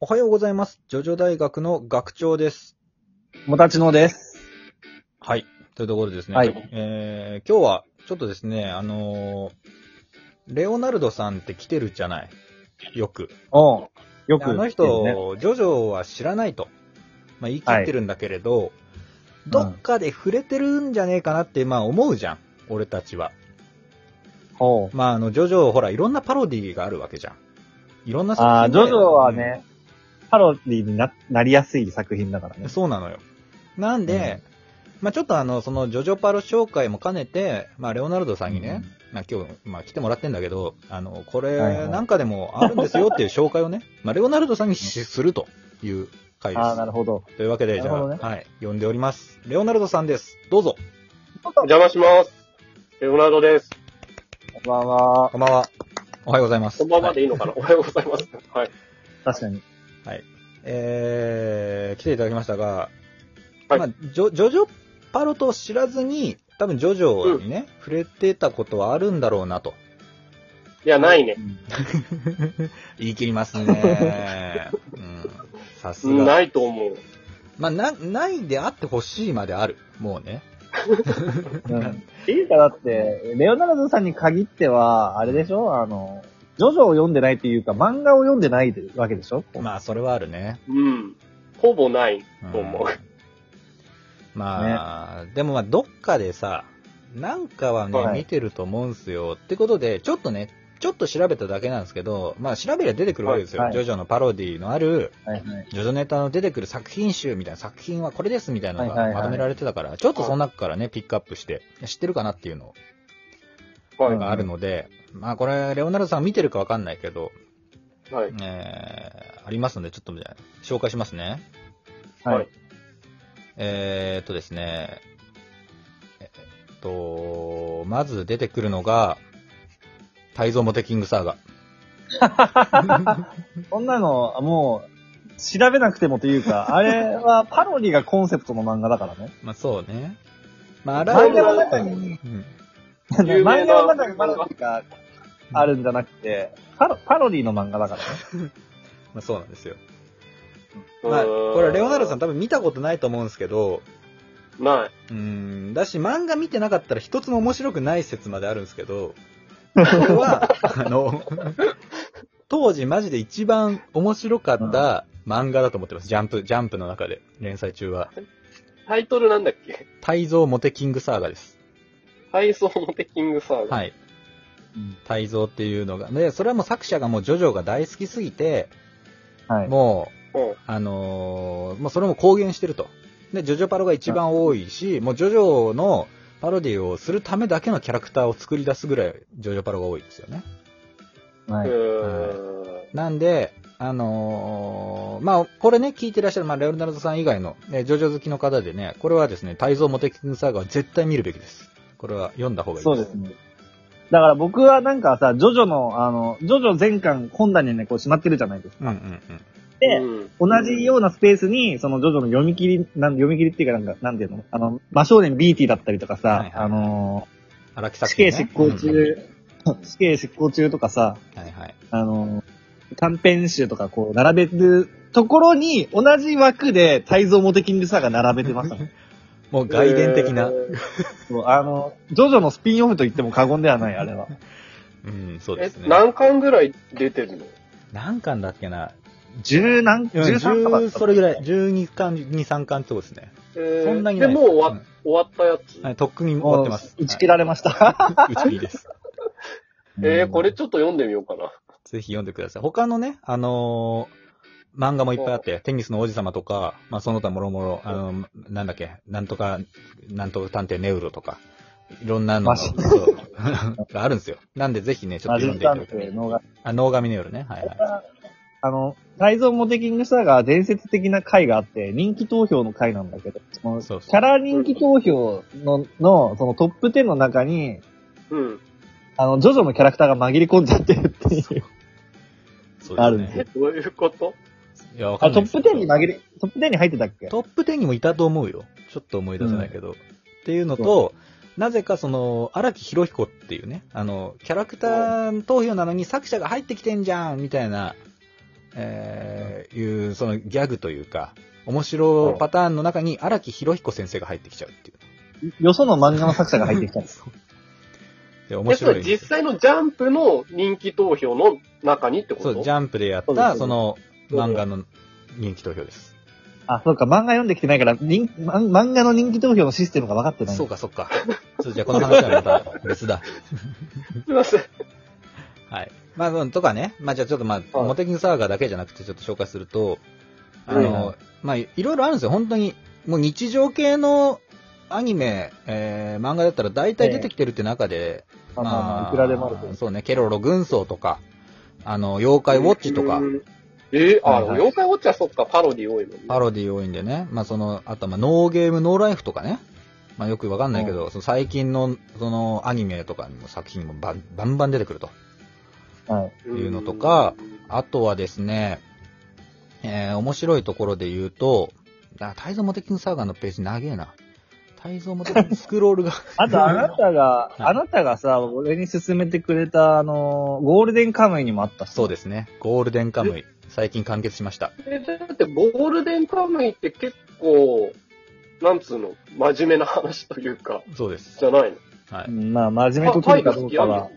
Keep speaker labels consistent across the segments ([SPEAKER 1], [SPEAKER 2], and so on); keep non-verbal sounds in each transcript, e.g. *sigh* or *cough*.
[SPEAKER 1] おはようございます。ジョジョ大学の学長です。
[SPEAKER 2] もたちのです。
[SPEAKER 1] はい。というところですね。
[SPEAKER 2] はい
[SPEAKER 1] えー、今日は、ちょっとですね、あのーレオナルドさんって来てるじゃないよく。
[SPEAKER 2] おうよく。
[SPEAKER 1] あの人、ジョジョは知らないと。まあ、言い切ってるんだけれど、どっかで触れてるんじゃねえかなって、まあ思うじゃん。俺たちは。
[SPEAKER 2] おう
[SPEAKER 1] まあ、あの、ジョジョ、ほら、いろんなパロディーがあるわけじゃん。いろんな作品が
[SPEAKER 2] あ
[SPEAKER 1] あ
[SPEAKER 2] あ、
[SPEAKER 1] る
[SPEAKER 2] ジョジョは、ね、パロディにななりやすい作品だからね。
[SPEAKER 1] そうなのよ。なんで、まあちょっとあの、その、ジョジョパロ紹介も兼ねて、まあレオナルドさんにね、まあ今日、まあ来てもらってんだけど、あの、これ、
[SPEAKER 2] はいはい
[SPEAKER 1] なんかでもあるんですよっていう紹介を
[SPEAKER 2] *laughs*
[SPEAKER 1] ね、まあレオナルドさんにしするという回で
[SPEAKER 2] ああ、な
[SPEAKER 1] す。
[SPEAKER 2] るほど。
[SPEAKER 1] というわけで、じゃ
[SPEAKER 2] なる
[SPEAKER 1] あ、
[SPEAKER 2] ほどね
[SPEAKER 1] はい、呼んでおります。レオナルドさんです。どうぞ。
[SPEAKER 3] お邪魔します。レオナルドです。
[SPEAKER 2] こんばんは。
[SPEAKER 1] こんばんは。おはようございます。
[SPEAKER 3] こんばんは
[SPEAKER 1] はい
[SPEAKER 3] でいいのかな、おはようございます。はい。
[SPEAKER 2] 確かに。
[SPEAKER 1] えー、来ていただきましたが、
[SPEAKER 3] はい
[SPEAKER 1] まあ、ジョジョジョパロと知らずに、多分ジョジョにね、触れてたことはあるんだろうなと。
[SPEAKER 3] いや、ないね。
[SPEAKER 1] 言い切りますね。うん。さす
[SPEAKER 3] うん
[SPEAKER 1] が。
[SPEAKER 3] ないと思う。
[SPEAKER 1] まあ、な、ないであってほしいまである。もうね。
[SPEAKER 2] うん。 *laughs* っていうかだって、レオナルドさんに限っては、あれでしょあの、ジョジョを読んでないっていうか、漫画を読んでないわけでしょ
[SPEAKER 1] まあ、それはあるね。
[SPEAKER 3] うん。ほぼない
[SPEAKER 1] うん
[SPEAKER 3] と思う。
[SPEAKER 1] まあ、でもまあ、どっかでさ、なんかはね、
[SPEAKER 2] はい
[SPEAKER 1] 見てると思うんすよ。ってことで、ちょっとね、ちょっと調べただけなんですけど、まあ、調べりゃ出てくるわけですよ。
[SPEAKER 2] はい
[SPEAKER 1] ジョジョのパロディのある、
[SPEAKER 2] はいはい。
[SPEAKER 1] ジョジョネタの出てくる作品集みたいな作品はこれですみたいなの
[SPEAKER 2] はいは
[SPEAKER 1] が
[SPEAKER 2] いは
[SPEAKER 1] ま
[SPEAKER 2] い
[SPEAKER 1] とめられてたから、ちょっとその中からね、ピックアップして、知ってるかなっていうのを
[SPEAKER 3] は
[SPEAKER 1] があるので、まあこれ、レオナルドさん見てるかわかんないけど、
[SPEAKER 3] い。はい。
[SPEAKER 1] えー、ありますので、ちょっとじゃあ紹介しますね。
[SPEAKER 2] はい。
[SPEAKER 1] えー、っとですね、えっと、まず出てくるのが、タイゾウモテキングサー *laughs* ガ。
[SPEAKER 2] こんなの、もう、調べなくてもというか、あれはパロディがコンセプトの漫画だから *laughs* ね。
[SPEAKER 1] まあそうね。まああらゆ
[SPEAKER 2] 漫
[SPEAKER 1] る
[SPEAKER 2] 画、の中に、
[SPEAKER 1] うん、
[SPEAKER 3] 有
[SPEAKER 2] 漫
[SPEAKER 3] 名な
[SPEAKER 2] 画の中にまだなんかあるんじゃなくて、パロパロディの漫画だからね。
[SPEAKER 1] まあそうなんですよ。まあ、これレオナルドさん多分見たことないと思うんですけど、
[SPEAKER 3] ん。な
[SPEAKER 1] うーん、だし漫画見てなかったら一つも面白くない説まであるんですけど、これは、あの、当時マジで一番面白かった漫画だと思ってます。ジャンプ、ジャンプの中で、連載中は。
[SPEAKER 3] い。タイトルなんだっけ
[SPEAKER 1] 泰造モテキングサーガです。
[SPEAKER 3] 体操のテキングサーガ。
[SPEAKER 1] はい。泰造っていうのが。で、それはもう作者がもうジョジョが大好きすぎて、
[SPEAKER 2] はい。
[SPEAKER 1] もう、
[SPEAKER 3] うん。
[SPEAKER 1] あのーもうそれも公言してると。で、ジョジョパロが一番多いし、もうジョジョのパロディをするためだけのキャラクターを作り出すぐらいジョジョパロが多いですよね。
[SPEAKER 2] は
[SPEAKER 3] う
[SPEAKER 2] い。
[SPEAKER 3] ーん。
[SPEAKER 1] なんで、あのーまあ、これね、聞いてらっしゃる、まあ、レオナルドさん以外の、ね、ジョジョ好きの方でね、これはですね、泰造モテキングサーガは絶対見るべきです。これは読んだ方がいい
[SPEAKER 2] そうですね。だから僕はなんかさ、ジョジョの、あの、ジョジョ全巻本棚にね、こうしまってるじゃないですか。
[SPEAKER 1] うんうんうん。
[SPEAKER 2] で、
[SPEAKER 3] うん
[SPEAKER 2] 同じようなスペースに、そのジョジョの読み切り、なん読み切りっていうかなんか、なんていうのあの、魔少年ビーティだったりとかさ、
[SPEAKER 1] はいはいはい
[SPEAKER 2] あの
[SPEAKER 1] 荒木
[SPEAKER 2] ー、
[SPEAKER 1] 作
[SPEAKER 2] 死
[SPEAKER 1] 品、ね。
[SPEAKER 2] 刑執行
[SPEAKER 1] うんうん
[SPEAKER 2] 中、 *laughs* 死刑執行中とかさ、
[SPEAKER 1] はいはい。
[SPEAKER 2] あの、短編集とかこう並べるところに、同じ枠で泰造モテキングサーが並べてましたね。
[SPEAKER 1] もう外伝的な
[SPEAKER 3] え。ー
[SPEAKER 2] そうあの、ジョジョのスピンオフと言っても過言ではない、あれは。
[SPEAKER 1] うん、そうで
[SPEAKER 3] え
[SPEAKER 1] す、ね。
[SPEAKER 3] 何巻ぐらい出てるの
[SPEAKER 1] 何巻だっけな
[SPEAKER 2] 十何、十三とかだった
[SPEAKER 1] 10それぐらい。12巻、2、3巻ってことですね。
[SPEAKER 3] えー
[SPEAKER 1] そんなにない
[SPEAKER 3] で、もう終わ,、終わったやつ、
[SPEAKER 1] はい、とっくに終わっ
[SPEAKER 2] もう
[SPEAKER 1] てます。
[SPEAKER 2] 打ち切られました。
[SPEAKER 1] はい打ち切り
[SPEAKER 2] *laughs*
[SPEAKER 1] です。
[SPEAKER 3] えー、これちょっと読んでみようかな。
[SPEAKER 1] ぜひ読んでください。他のね、あのー漫画もいっぱいあって、テニスの王子様とか、まあ、その他もろもろ、あの、なんだっけ、なんとか、なんとか探偵ネウロとか、いろんなのが
[SPEAKER 2] マジ
[SPEAKER 1] そう *laughs* があるんですよ。なんでぜひね、ちょっ
[SPEAKER 2] マ
[SPEAKER 1] と
[SPEAKER 2] ジ
[SPEAKER 1] 読ん
[SPEAKER 2] ッ
[SPEAKER 1] で
[SPEAKER 2] タ
[SPEAKER 1] いただい
[SPEAKER 2] ンク
[SPEAKER 1] て。
[SPEAKER 2] のが、
[SPEAKER 1] あ、能神ネウロね。はいはい。
[SPEAKER 2] あの、泰造モテキングサーが伝説的な回があって、人気投票の回なんだけど、その
[SPEAKER 1] そうそう
[SPEAKER 2] キャラ人気投票の、の、そのトップ10の中に、
[SPEAKER 3] うん。
[SPEAKER 2] あの、ジョジョのキャラクターが紛れ込んじゃってるっていう。
[SPEAKER 1] そう
[SPEAKER 2] あるん
[SPEAKER 1] で
[SPEAKER 2] ですす
[SPEAKER 3] え、
[SPEAKER 1] ね。
[SPEAKER 2] よ
[SPEAKER 3] どういうこと
[SPEAKER 1] いや、わか
[SPEAKER 2] あ、
[SPEAKER 1] んな
[SPEAKER 2] ト
[SPEAKER 1] いですけ
[SPEAKER 2] ップ
[SPEAKER 1] ど
[SPEAKER 2] 10に紛れ、トップ10に入ってたっけ
[SPEAKER 1] トップ10にもいたと思うよ。ちょっと思い出せないけど。っていうのと、なぜかその、荒木博彦っていうね、あの、キャラクター投票なのに作者が入ってきてんじゃんみたいなえーいう、そのギャグというか、面白いパターンの中に荒木博彦先生が入ってきちゃうっていう。
[SPEAKER 2] よその漫画の作者が入ってきたんです。
[SPEAKER 1] で、
[SPEAKER 3] え、
[SPEAKER 1] 面
[SPEAKER 3] そ
[SPEAKER 1] 白
[SPEAKER 3] れ
[SPEAKER 1] い。
[SPEAKER 3] 実際のジャンプの人気投票の中にってこ
[SPEAKER 1] そ
[SPEAKER 3] と
[SPEAKER 1] う、ジャンプでやっ
[SPEAKER 2] そうです
[SPEAKER 1] た、その漫画の人気投票です。
[SPEAKER 2] あ、そうか、漫画読んできてないから、人漫漫画の人気投票のシステムが分かってない。
[SPEAKER 1] そうか、そうか。そうじゃあこの話はまた別だ。
[SPEAKER 3] すいません。
[SPEAKER 1] はい。まあ、うんとかね。まあ、じゃあちょっとまあ、
[SPEAKER 3] はい
[SPEAKER 1] モテキンサーガーだけじゃなくてちょっと紹介すると、あ
[SPEAKER 2] はいはい
[SPEAKER 1] の、まあ、いろいろあるんですよ。本当に、もう日常系のアニメ、えー漫画だったら大体出てきてるって中で、
[SPEAKER 2] まあまあま
[SPEAKER 1] ま
[SPEAKER 2] あ、いくらでもあるけど。
[SPEAKER 1] そうね、ケロロ軍曹とか、あの、妖怪ウォッチとか
[SPEAKER 3] う、ん。えー、あ、
[SPEAKER 2] はいはい
[SPEAKER 3] 妖怪ウォッチはそっか、パロディ多いもんね。
[SPEAKER 1] パロディ多いんでね。まあ、その、あとは、まあ、ノーゲーム、ノーライフとかね。まあ、よくわかんないけど、その最近の、その、アニメとかにも作品もバンバンバン出てくると。
[SPEAKER 2] はい。
[SPEAKER 1] っていうのとかあとはですね、えー、面白いところで言うと、あ、タイゾーモテキンサーガーのページ長えな。タイゾーモテキンスクロー
[SPEAKER 2] *laughs*
[SPEAKER 1] ルが、
[SPEAKER 2] あと、あなたが、
[SPEAKER 1] い
[SPEAKER 2] あなたがさ、俺に勧めてくれた、あの、ゴールデンカムイにもあったし
[SPEAKER 1] そうですね。ゴールデンカムイ、最近完結しました。
[SPEAKER 3] うん。えだって、ゴールデンカムイって結構、なんつうの、真面目な話というか、
[SPEAKER 1] そうです。
[SPEAKER 3] じゃないの。
[SPEAKER 1] は
[SPEAKER 2] う
[SPEAKER 1] い。
[SPEAKER 2] んまあ、真面目と
[SPEAKER 3] タ
[SPEAKER 2] 取
[SPEAKER 3] イ
[SPEAKER 2] るか
[SPEAKER 3] が
[SPEAKER 2] ど
[SPEAKER 3] 好
[SPEAKER 2] う
[SPEAKER 3] き
[SPEAKER 2] か
[SPEAKER 3] なん
[SPEAKER 2] は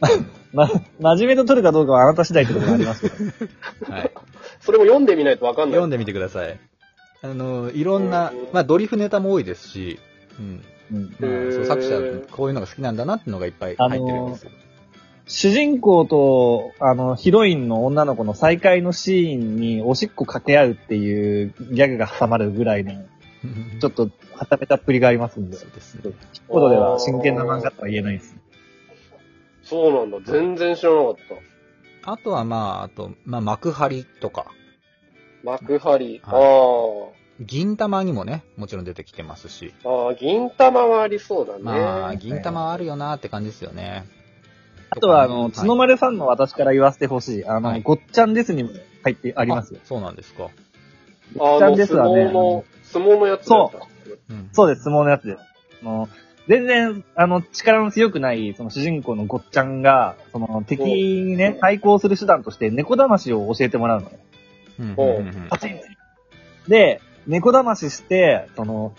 [SPEAKER 3] で、す
[SPEAKER 2] ま、真面目と取るかどうかはあなた次第ってことになりますけど。
[SPEAKER 1] はい、
[SPEAKER 3] それも読んでみないとわかんない。
[SPEAKER 1] 読んでみてください。あの、いろんな、まあ、ドリフネタも多いですし、うん。
[SPEAKER 2] うん
[SPEAKER 1] まあ
[SPEAKER 3] へー
[SPEAKER 1] そう作者、こういうのが好きなんだなっていうのがいっぱい入ってるんですよ。
[SPEAKER 2] 主人公と、あの、ヒロインの女の子の再会のシーンにおしっこ掛け合うっていうギャグが挟まるぐらいの、
[SPEAKER 1] *laughs*
[SPEAKER 2] ちょっと、はためたっぷりがありますんで
[SPEAKER 1] そ、うですね。
[SPEAKER 2] 一言では真剣な漫画とは言えないです。
[SPEAKER 3] そうなんだ。全然知らなかった。
[SPEAKER 1] あとはまあ、あと、まあ、幕張とか、
[SPEAKER 3] 幕張。あ
[SPEAKER 1] 銀玉にもね、もちろん出てきてますし、
[SPEAKER 3] あー。ああ、銀玉はありそうだね。
[SPEAKER 1] まあ、銀玉はあるよなって感じですよね。
[SPEAKER 2] あとは、あの、角
[SPEAKER 1] ま
[SPEAKER 2] 丸さんの私から言わせてほしい。あの、
[SPEAKER 1] はい
[SPEAKER 2] ごっちゃんですにも入ってありますよ。
[SPEAKER 1] そうなんですか。
[SPEAKER 2] ごっちゃんですはね
[SPEAKER 3] 相撲、の、相撲のやつだよ
[SPEAKER 1] うん
[SPEAKER 2] そうです、相撲のやつです。あの全然、あの、力の強くない、その主人公のごっちゃんが、その敵にね、対抗する手段として猫騙しを教えてもらうのね。
[SPEAKER 1] うん
[SPEAKER 3] おう
[SPEAKER 1] うんうん
[SPEAKER 2] パチンで、猫騙しして、その、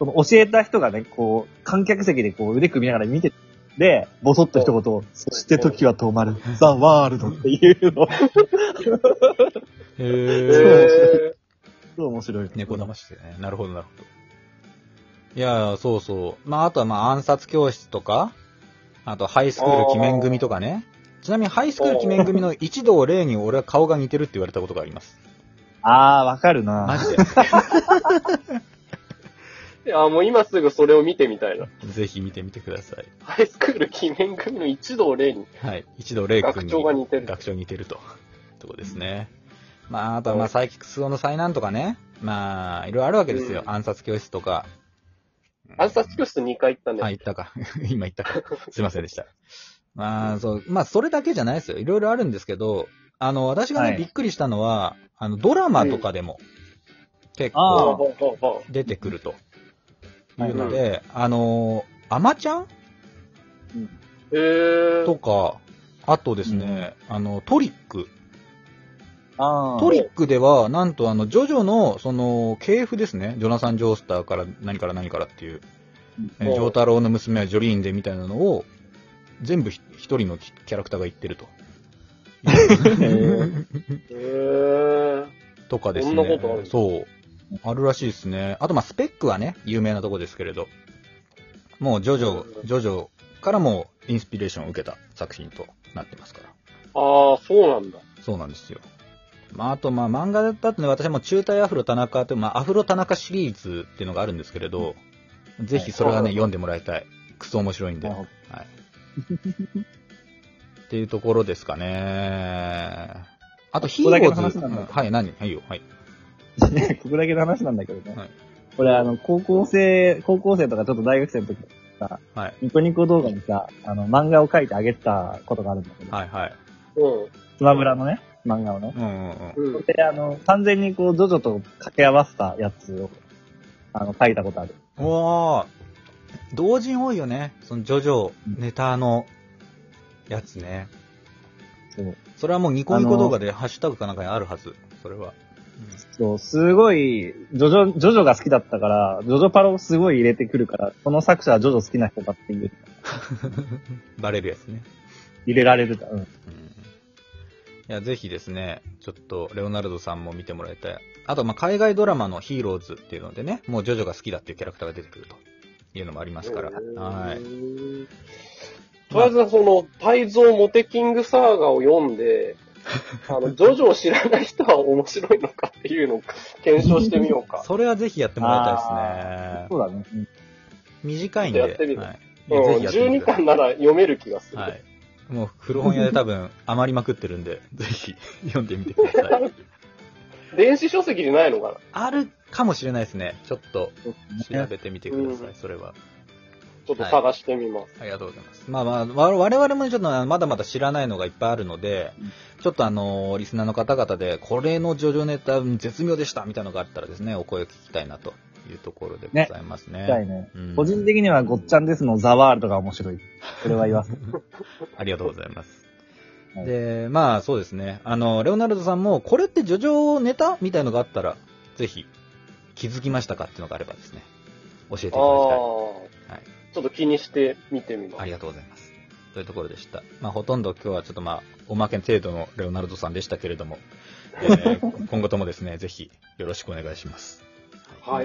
[SPEAKER 2] その教えた人がね、こう、観客席でこう腕組みながら見て、で、ボソッと一言、そして時は止まる、ザ・ワールドっていうの、
[SPEAKER 1] へ
[SPEAKER 2] そう
[SPEAKER 1] ー
[SPEAKER 3] へ
[SPEAKER 2] 超面白い。
[SPEAKER 1] 猫騙しでね。なるほど、なるほど。いやー、そうそう。まあ、あとはまあ、暗殺教室とか、あと、ハイスクール鬼面組とかね。ちなみに、ハイスクール鬼面組の一同例に俺は顔が似てるって言われたことがあります。
[SPEAKER 2] あー、わかる
[SPEAKER 1] マ
[SPEAKER 2] な *laughs*
[SPEAKER 1] ジで。
[SPEAKER 3] え。ああ、もう今すぐそれを見てみたいな。
[SPEAKER 1] ぜひ見てみてください。
[SPEAKER 3] ハイスクール記念組の一同例に。
[SPEAKER 1] はい。一度、レイ君に。
[SPEAKER 3] 学長が似てる
[SPEAKER 1] 学長似てると。 *laughs* とこですね。まあ、あとは、まあ、サイキックスオの災難とかね。まあ、いろいろあるわけですよ。
[SPEAKER 3] う
[SPEAKER 1] 暗殺教室とか。
[SPEAKER 3] 暗殺教室2回行ったんだ
[SPEAKER 1] あ、
[SPEAKER 3] よ。 *laughs*
[SPEAKER 1] 言ったか。 *laughs* 今言ったか。すいませんでした。まあ、そう。まあ、それだけじゃないですよ。いろいろあるんですけど、あの、私がね、
[SPEAKER 2] はい
[SPEAKER 1] びっくりしたのは、あの、ドラマとかでも、結
[SPEAKER 3] あ
[SPEAKER 2] あ
[SPEAKER 1] 構
[SPEAKER 2] ー
[SPEAKER 3] あ、ほうほうほ
[SPEAKER 1] 出てくると。いうので、あの、アマちゃん
[SPEAKER 3] うへえ。
[SPEAKER 1] とか、あとですね、あの、トリック。
[SPEAKER 2] あー
[SPEAKER 1] トリックでは、なんとあの、ジョジョの、その、系譜ですね。ジョナサン・ジョースターから何から何からっていう、えー
[SPEAKER 3] うん
[SPEAKER 1] ジョータロウの娘はジョリーンでみたいなのを、全部ひ一人のキキャラクターが言ってると。
[SPEAKER 3] へえ。
[SPEAKER 1] *laughs* とかですね。
[SPEAKER 3] そんなことある
[SPEAKER 1] そう。あるらしいですね。あと、まあ、スペックはね、有名なとこですけれど、もう、ジョジョ、ジョジョからもインスピレーションを受けた作品となってますから。
[SPEAKER 3] ああ、そうなんだ。
[SPEAKER 1] そうなんですよ。まあ、あと、まあ、漫画だったとね、私はもう中大アフロ田中という、まあ、アフロ田中シリーズっていうのがあるんですけれど、ぜひそれは
[SPEAKER 3] は
[SPEAKER 1] ね、
[SPEAKER 3] い
[SPEAKER 1] 読んでもらいたい。クソ面白いんで。
[SPEAKER 2] なる
[SPEAKER 1] はい。
[SPEAKER 2] ほ
[SPEAKER 1] っていうところですかね。あと、ヒー
[SPEAKER 2] こ
[SPEAKER 1] ロ
[SPEAKER 2] だけの
[SPEAKER 1] ー
[SPEAKER 2] 話
[SPEAKER 1] ズ。う
[SPEAKER 2] なんだ
[SPEAKER 1] んはい、何はいよ、はい。
[SPEAKER 2] どここだけの話なんだけどね。
[SPEAKER 1] はい
[SPEAKER 2] これあの、高校生、高校生とかちょっと大学生の時さ、
[SPEAKER 1] はい。
[SPEAKER 2] ニコニコ動画にさ、あの、漫画を描いてあげてたことがあるんだけど、
[SPEAKER 1] はい、はい。
[SPEAKER 3] うん。
[SPEAKER 2] スマブラのね、漫画をね。
[SPEAKER 1] うんうんうん。
[SPEAKER 3] うん。
[SPEAKER 2] で、あの、完全にこう、ジョジョと掛け合わせたやつを、あの、描いたことある。
[SPEAKER 1] うわー同人多いよね。その、ジョジョネタのやつね。
[SPEAKER 2] そう。
[SPEAKER 1] それはもうニコニコ動画でハッシュタグかなんかにあるはず。それは。
[SPEAKER 2] そう、すごい、ジョジョ、ジョジョが好きだったから、ジョジョパロをすごい入れてくるから、この作者はジョジョ好きな人だっていう、
[SPEAKER 1] *laughs* バレるやつね。
[SPEAKER 2] 入れられるから。うん。
[SPEAKER 1] うん。いや、ぜひですね、ちょっと、レオナルドさんも見てもらいたい。あと、まあ、海外ドラマのヒーローズっていうのでね、もうジョジョが好きだっていうキャラクターが出てくるというのもありますから。はい。
[SPEAKER 3] い。とりあえず、その、泰造モテキングサーガを読
[SPEAKER 1] *laughs*
[SPEAKER 3] んで、あの、ジョジョを知らない人は面白いのかっていうのを検証してみようか。
[SPEAKER 1] それはぜひやってもらいたいです
[SPEAKER 2] そ
[SPEAKER 1] ね。
[SPEAKER 2] うだね。うん
[SPEAKER 1] 短いんで。
[SPEAKER 3] ちょっとやってみる
[SPEAKER 1] はい。いやぜ
[SPEAKER 3] うん、
[SPEAKER 1] ひやってみて
[SPEAKER 3] 12
[SPEAKER 1] くださ
[SPEAKER 3] 巻なら読める気がす
[SPEAKER 1] い。
[SPEAKER 3] る。
[SPEAKER 1] はい。もう古本屋で多分余りまくってるんで、ぜひ読んでみてくださ
[SPEAKER 3] *laughs*
[SPEAKER 1] い。
[SPEAKER 3] 電子書籍でないのかな
[SPEAKER 1] あるかもしれないですね。ちょっと
[SPEAKER 2] そう
[SPEAKER 1] 調べてみてください、それは。
[SPEAKER 3] ちょっと探してみます。
[SPEAKER 1] ありがとうございます。まあまあ、わ我々もちょっとあのまだまだ知らないのがいっぱいあるので
[SPEAKER 2] うん、
[SPEAKER 1] ちょっとあの、リスナーの方々で、これのジョジョネタうん絶妙でしたみたいなのがあったらですね、お声を聞きたいなというところでございますね。
[SPEAKER 2] 見たいね。
[SPEAKER 1] うん
[SPEAKER 2] 個人的にはごっちゃんですのザワールドが面白い。それは言わせて。
[SPEAKER 1] ありがとうございます。
[SPEAKER 2] はい
[SPEAKER 1] で、まあそうですね。あの、レオナルドさんも、これってジョジョネタみたいのがあったら、ぜひ、気づきましたかっていうのがあればですね、教えていただきた
[SPEAKER 3] ああ
[SPEAKER 1] い。はい
[SPEAKER 3] ー、ちょっと気にして見てみます。
[SPEAKER 1] ありがとうございます。というところでした。まあ、ほとんど今日はちょっとまあ、おまけ程度のレオナルドさんでしたけれども、えー今後ともですね、ぜひよろしくお願いします。
[SPEAKER 3] は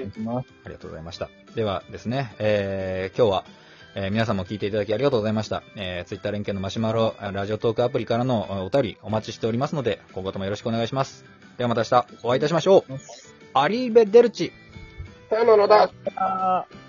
[SPEAKER 2] お
[SPEAKER 3] い
[SPEAKER 2] 願いします。
[SPEAKER 1] ありがとうございました。ではですね、えー今日は、えー皆さんも聞いていただきありがとうございました。えー、ツイッター連携のマシュマロ、あラジオトークアプリからのあお便りお待ちしておりますので、今後ともよろしくお願いします。ではまた明日お会いいたしましょう。アリーベ・デルチ。
[SPEAKER 3] さよならだ
[SPEAKER 2] あー